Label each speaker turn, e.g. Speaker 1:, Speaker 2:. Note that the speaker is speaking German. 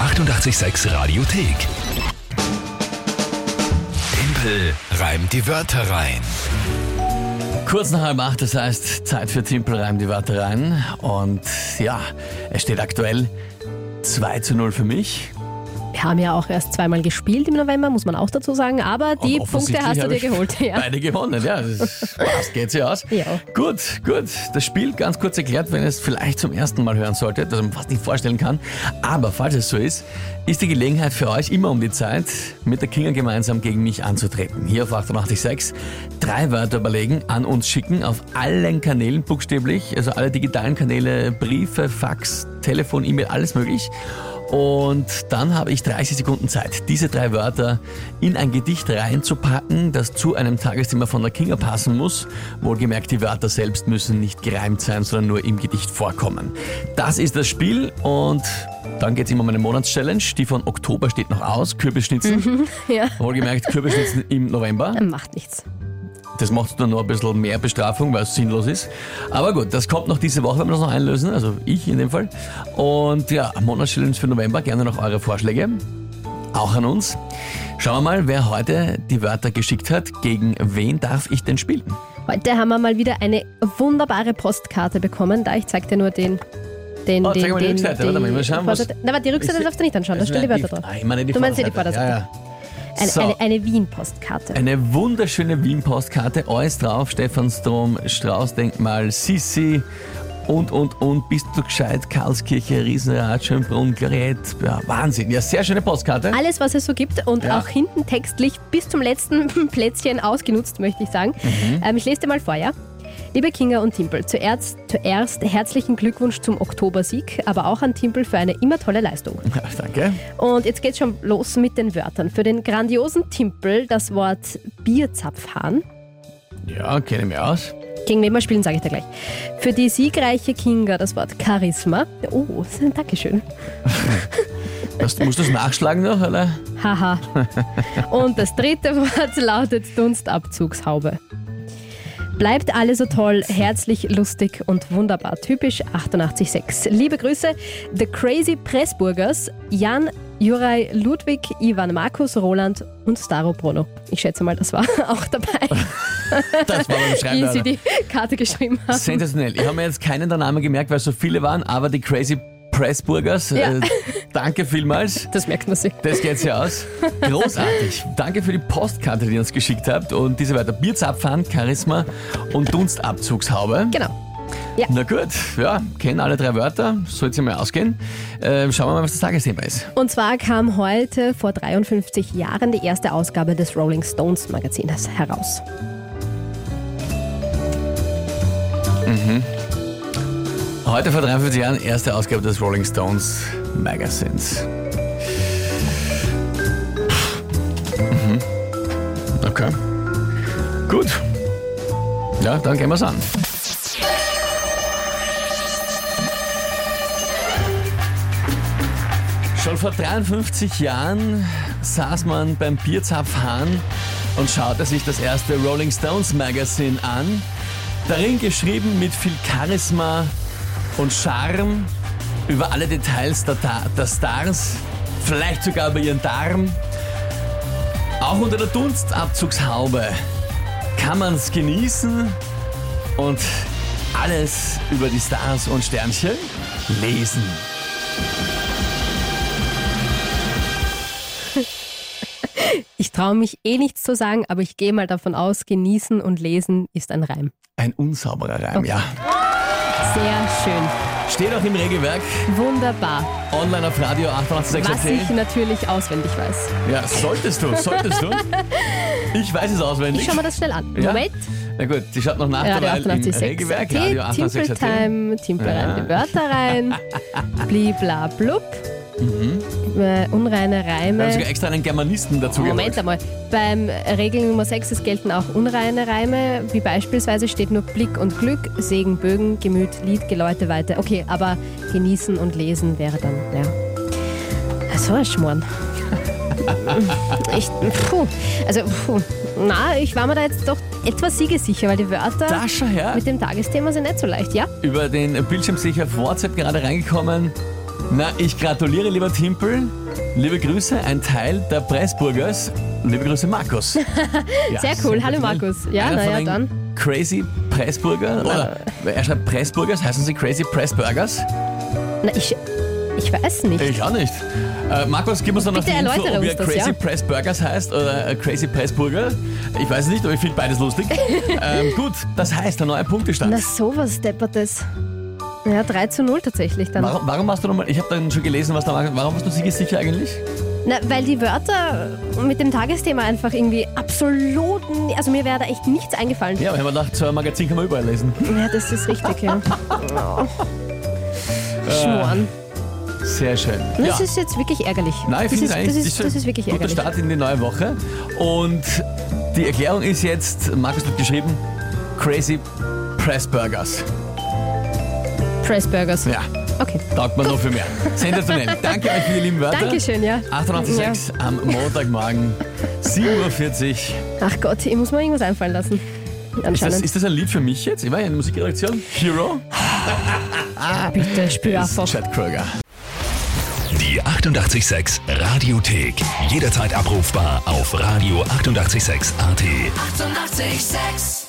Speaker 1: 886 Radiothek. Tempel reimt die Wörter rein.
Speaker 2: Kurz nach halb acht, das heißt Zeit für Timpelreim die Wörter rein. Und ja, es steht aktuell 2 zu 0 für mich.
Speaker 3: Wir haben ja auch erst zweimal gespielt im November, muss man auch dazu sagen, aber die
Speaker 2: Und
Speaker 3: Punkte hast
Speaker 2: offensichtlich
Speaker 3: du dir
Speaker 2: habe ich
Speaker 3: geholt. Ja.
Speaker 2: Beide gewonnen, ja. Das passt, geht sich aus.
Speaker 3: Ja.
Speaker 2: Gut, gut. Das Spiel ganz kurz erklärt, wenn ihr es vielleicht zum ersten Mal hören solltet, dass man fast nicht vorstellen kann. Aber falls es so ist, ist die Gelegenheit für euch immer um die Zeit, mit der Kinga gemeinsam gegen mich anzutreten. Hier auf 886 drei Wörter überlegen, an uns schicken, auf allen Kanälen buchstäblich, also alle digitalen Kanäle, Briefe, Fax, Telefon, E-Mail, alles möglich. Und dann habe ich 30 Sekunden Zeit, diese drei Wörter in ein Gedicht reinzupacken, das zu einem Tagesthema von der Kinga passen muss. Wohlgemerkt, die Wörter selbst müssen nicht gereimt sein, sondern nur im Gedicht vorkommen. Das ist das Spiel und dann geht es immer um eine Monatschallenge. Die von Oktober steht noch aus. Kürbisschnitzen.
Speaker 3: Ja.
Speaker 2: Wohlgemerkt, Kürbisschnitzen im November.
Speaker 3: Macht nichts.
Speaker 2: Das macht dann noch ein bisschen mehr Bestrafung, weil es sinnlos ist. Aber gut, das kommt noch diese Woche, wenn wir das noch einlösen. Also ich in dem Fall. Und ja, Monatschallenge für November. Gerne noch eure Vorschläge. Auch an uns. Schauen wir mal, wer heute die Wörter geschickt hat. Gegen wen darf ich denn spielen?
Speaker 3: Heute haben wir mal wieder eine wunderbare Postkarte bekommen. Da, ich zeig dir nur den. Den,
Speaker 2: Oh,
Speaker 3: den,
Speaker 2: zeig mal die
Speaker 3: den,
Speaker 2: Rückseite. Warte mal, ich muss schauen, was-
Speaker 3: Vorderseite. Na, aber die Rückseite
Speaker 2: Ich-
Speaker 3: darfst du nicht anschauen, da
Speaker 2: Also
Speaker 3: stehen die
Speaker 2: nein,
Speaker 3: Wörter drauf.
Speaker 2: Ah, ich meine die
Speaker 3: Du meinst ja die
Speaker 2: Vorderseite.
Speaker 3: Vorderseite.
Speaker 2: Ja, ja.
Speaker 3: Eine,
Speaker 2: So.
Speaker 3: eine, eine Wien-Postkarte.
Speaker 2: Eine wunderschöne Wien-Postkarte. Alles drauf. Stephansdom, Straußdenkmal, Sissi und, und, und. Bist du gescheit? Karlskirche, Riesenrad, Schönbrunn, Gerät. Ja, Wahnsinn. Ja, sehr schöne Postkarte.
Speaker 3: Alles, was es so gibt und
Speaker 2: Ja.
Speaker 3: auch hinten textlich bis zum letzten Plätzchen ausgenutzt, möchte ich sagen. Ähm, ich lese dir mal vor, ja? Liebe Kinga und Timpel, zuerst, zuerst herzlichen Glückwunsch zum Oktobersieg, aber auch an Timpel für eine immer tolle Leistung.
Speaker 2: Ja, danke.
Speaker 3: Und jetzt geht's schon los mit den Wörtern. Für den grandiosen Timpel das Wort Bierzapfhahn.
Speaker 2: Ja, kenne ich mich aus.
Speaker 3: Gegen wen wir spielen, sage ich dir gleich. Für die siegreiche Kinga das Wort Charisma. Oh, Dankeschön.
Speaker 2: Das, musst du das nachschlagen noch, oder?
Speaker 3: Haha. Und das dritte Wort lautet Dunstabzugshaube. Bleibt alle so toll, herzlich, lustig und wunderbar. Typisch 88.6. Liebe Grüße, The Crazy Pressburgers, Jan, Juraj, Ludwig, Ivan, Markus, Roland und Staro Bruno. Ich schätze mal, das war auch dabei,
Speaker 2: Das war beim Schreiben.
Speaker 3: wie sie
Speaker 2: leider.
Speaker 3: die Karte geschrieben haben.
Speaker 2: Sensationell. Ich habe mir jetzt keinen der Namen gemerkt, weil es so viele waren, aber die Crazy Pressburgers, äh,
Speaker 3: Ja.
Speaker 2: danke vielmals.
Speaker 3: Das merkt man sich.
Speaker 2: Das geht's ja aus. Großartig. Danke für die Postkarte, die ihr uns geschickt habt. Und diese weiter. Bierzapfhahn, Charisma und Dunstabzugshaube.
Speaker 3: Genau.
Speaker 2: Na gut, ja, kennen alle drei Wörter. Soll's ja mal ausgehen. Ähm, schauen wir mal, was das Tagesthema ist.
Speaker 3: Und zwar kam heute vor 53 Jahren die erste Ausgabe des Rolling Stones Magazines heraus.
Speaker 2: Heute vor 53 Jahren erste Ausgabe des Rolling Stones Magazins. Mhm. Okay. Gut. Ja, dann gehen wir's an. Schon vor 53 Jahren saß man beim Bierzapfhahn und schaute sich das erste Rolling Stones Magazine an. Darin geschrieben mit viel Charisma und Charme über alle Details der, Ta der Stars, vielleicht sogar über ihren Darm. Auch unter der Dunstabzugshaube kann man es genießen und alles über die Stars und Sternchen lesen.
Speaker 3: Ich traue mich eh nichts zu sagen, aber ich gehe mal davon aus, genießen und lesen ist ein Reim.
Speaker 2: Ein unsauberer Reim, ja.
Speaker 3: Sehr schön.
Speaker 2: Steht auch im Regelwerk,
Speaker 3: Wunderbar.
Speaker 2: online auf Radio 886
Speaker 3: Was ich natürlich auswendig weiß.
Speaker 2: Ja, solltest du, solltest du. Ich weiß es auswendig.
Speaker 3: Ich schau mir das schnell an.
Speaker 2: Ja.
Speaker 3: Moment.
Speaker 2: Na gut, die schaut noch nach,
Speaker 3: Radio
Speaker 2: weil im
Speaker 3: 886.
Speaker 2: Regelwerk Radio
Speaker 3: AT,
Speaker 2: 886
Speaker 3: Timpel
Speaker 2: AT.
Speaker 3: Time, Timpel rein, die Wörter rein. Blibla blub.
Speaker 2: Mhm.
Speaker 3: Äh, unreine
Speaker 2: Wir haben
Speaker 3: Reime.
Speaker 2: sogar extra einen Germanisten dazu
Speaker 3: Moment
Speaker 2: geholt.
Speaker 3: einmal. Beim Regel Nummer 6 es gelten auch unreine Reime, wie beispielsweise steht nur Blick und Glück, Segen, Bögen, Gemüt, Lied, Geläute, Weite. Okay, aber genießen und lesen wäre dann, ja. Ach So ein Schmoren. Ich, puh, also, puh, na, ich war mir da jetzt doch etwas siegesicher, weil die Wörter
Speaker 2: Da schau her,
Speaker 3: mit dem Tagesthema sind nicht so leicht, ja?
Speaker 2: über den Bildschirm sicher auf WhatsApp gerade reingekommen. Na, ich gratuliere, lieber Timpel. Liebe Grüße, ein Teil der Preisburgers. Liebe Grüße, Markus. Ja,
Speaker 3: Sehr cool. Hallo, Markus. Ja,
Speaker 2: Einer
Speaker 3: na
Speaker 2: von
Speaker 3: ja,
Speaker 2: den
Speaker 3: dann.
Speaker 2: Crazy Preisburger. Oder er schreibt Preisburgers, heißen sie Crazy Preisburgers?
Speaker 3: Na, ich, ich weiß nicht.
Speaker 2: Ich auch nicht. Äh, Markus, gib uns dann noch die
Speaker 3: Bitte
Speaker 2: Info,
Speaker 3: erläutere
Speaker 2: ob ihr
Speaker 3: uns das,
Speaker 2: Crazy
Speaker 3: ja.
Speaker 2: Press Burgers heißt oder äh, Crazy Press Burger. Ich weiß es nicht, aber ich finde beides lustig. ähm, gut, das heißt, der neue Punktestand.
Speaker 3: Na, sowas Deppertes. Ja, 3 zu 0 tatsächlich dann.
Speaker 2: Warum, warum hast du nochmal, ich habe dann schon gelesen, was da war, warum hast du siegessicher eigentlich?
Speaker 3: Na, weil die Wörter mit dem Tagesthema einfach irgendwie absolut. nie- Also mir wäre da echt nichts eingefallen.
Speaker 2: Ja, aber ich habe mir gedacht, so ein Magazin kann man überall lesen.
Speaker 3: Ja, das ist richtig, ja. Oh.
Speaker 2: Äh,
Speaker 3: Schmoren.
Speaker 2: Sehr schön.
Speaker 3: Das ist jetzt wirklich ärgerlich.
Speaker 2: Nein, ich
Speaker 3: das,
Speaker 2: finde
Speaker 3: ist,
Speaker 2: es eigentlich
Speaker 3: das, ist, das ist wirklich
Speaker 2: guter
Speaker 3: ärgerlich.
Speaker 2: Start in die neue Woche. Und die Erklärung ist jetzt, Markus hat geschrieben, Crazy Press Burgers.
Speaker 3: Pressburgers.
Speaker 2: Ja,
Speaker 3: Okay.
Speaker 2: taugt man noch für mehr. Sensationell. Danke euch für die lieben Wörter.
Speaker 3: Dankeschön, ja.
Speaker 2: 886 am Montagmorgen, 7.40 Uhr.
Speaker 3: Ach Gott, ich muss mir irgendwas einfallen lassen.
Speaker 2: Ist das,
Speaker 3: Anscheinend.
Speaker 2: ist das ein Lied für mich jetzt? Ich war ja in der Musikredaktion. Hero? Ah,
Speaker 3: Bitte spür
Speaker 2: ist
Speaker 3: einfach.
Speaker 2: Chad Kroger.
Speaker 1: Die 886 Radiothek. Jederzeit abrufbar auf radio886.at. 886! 886.
Speaker 4: 886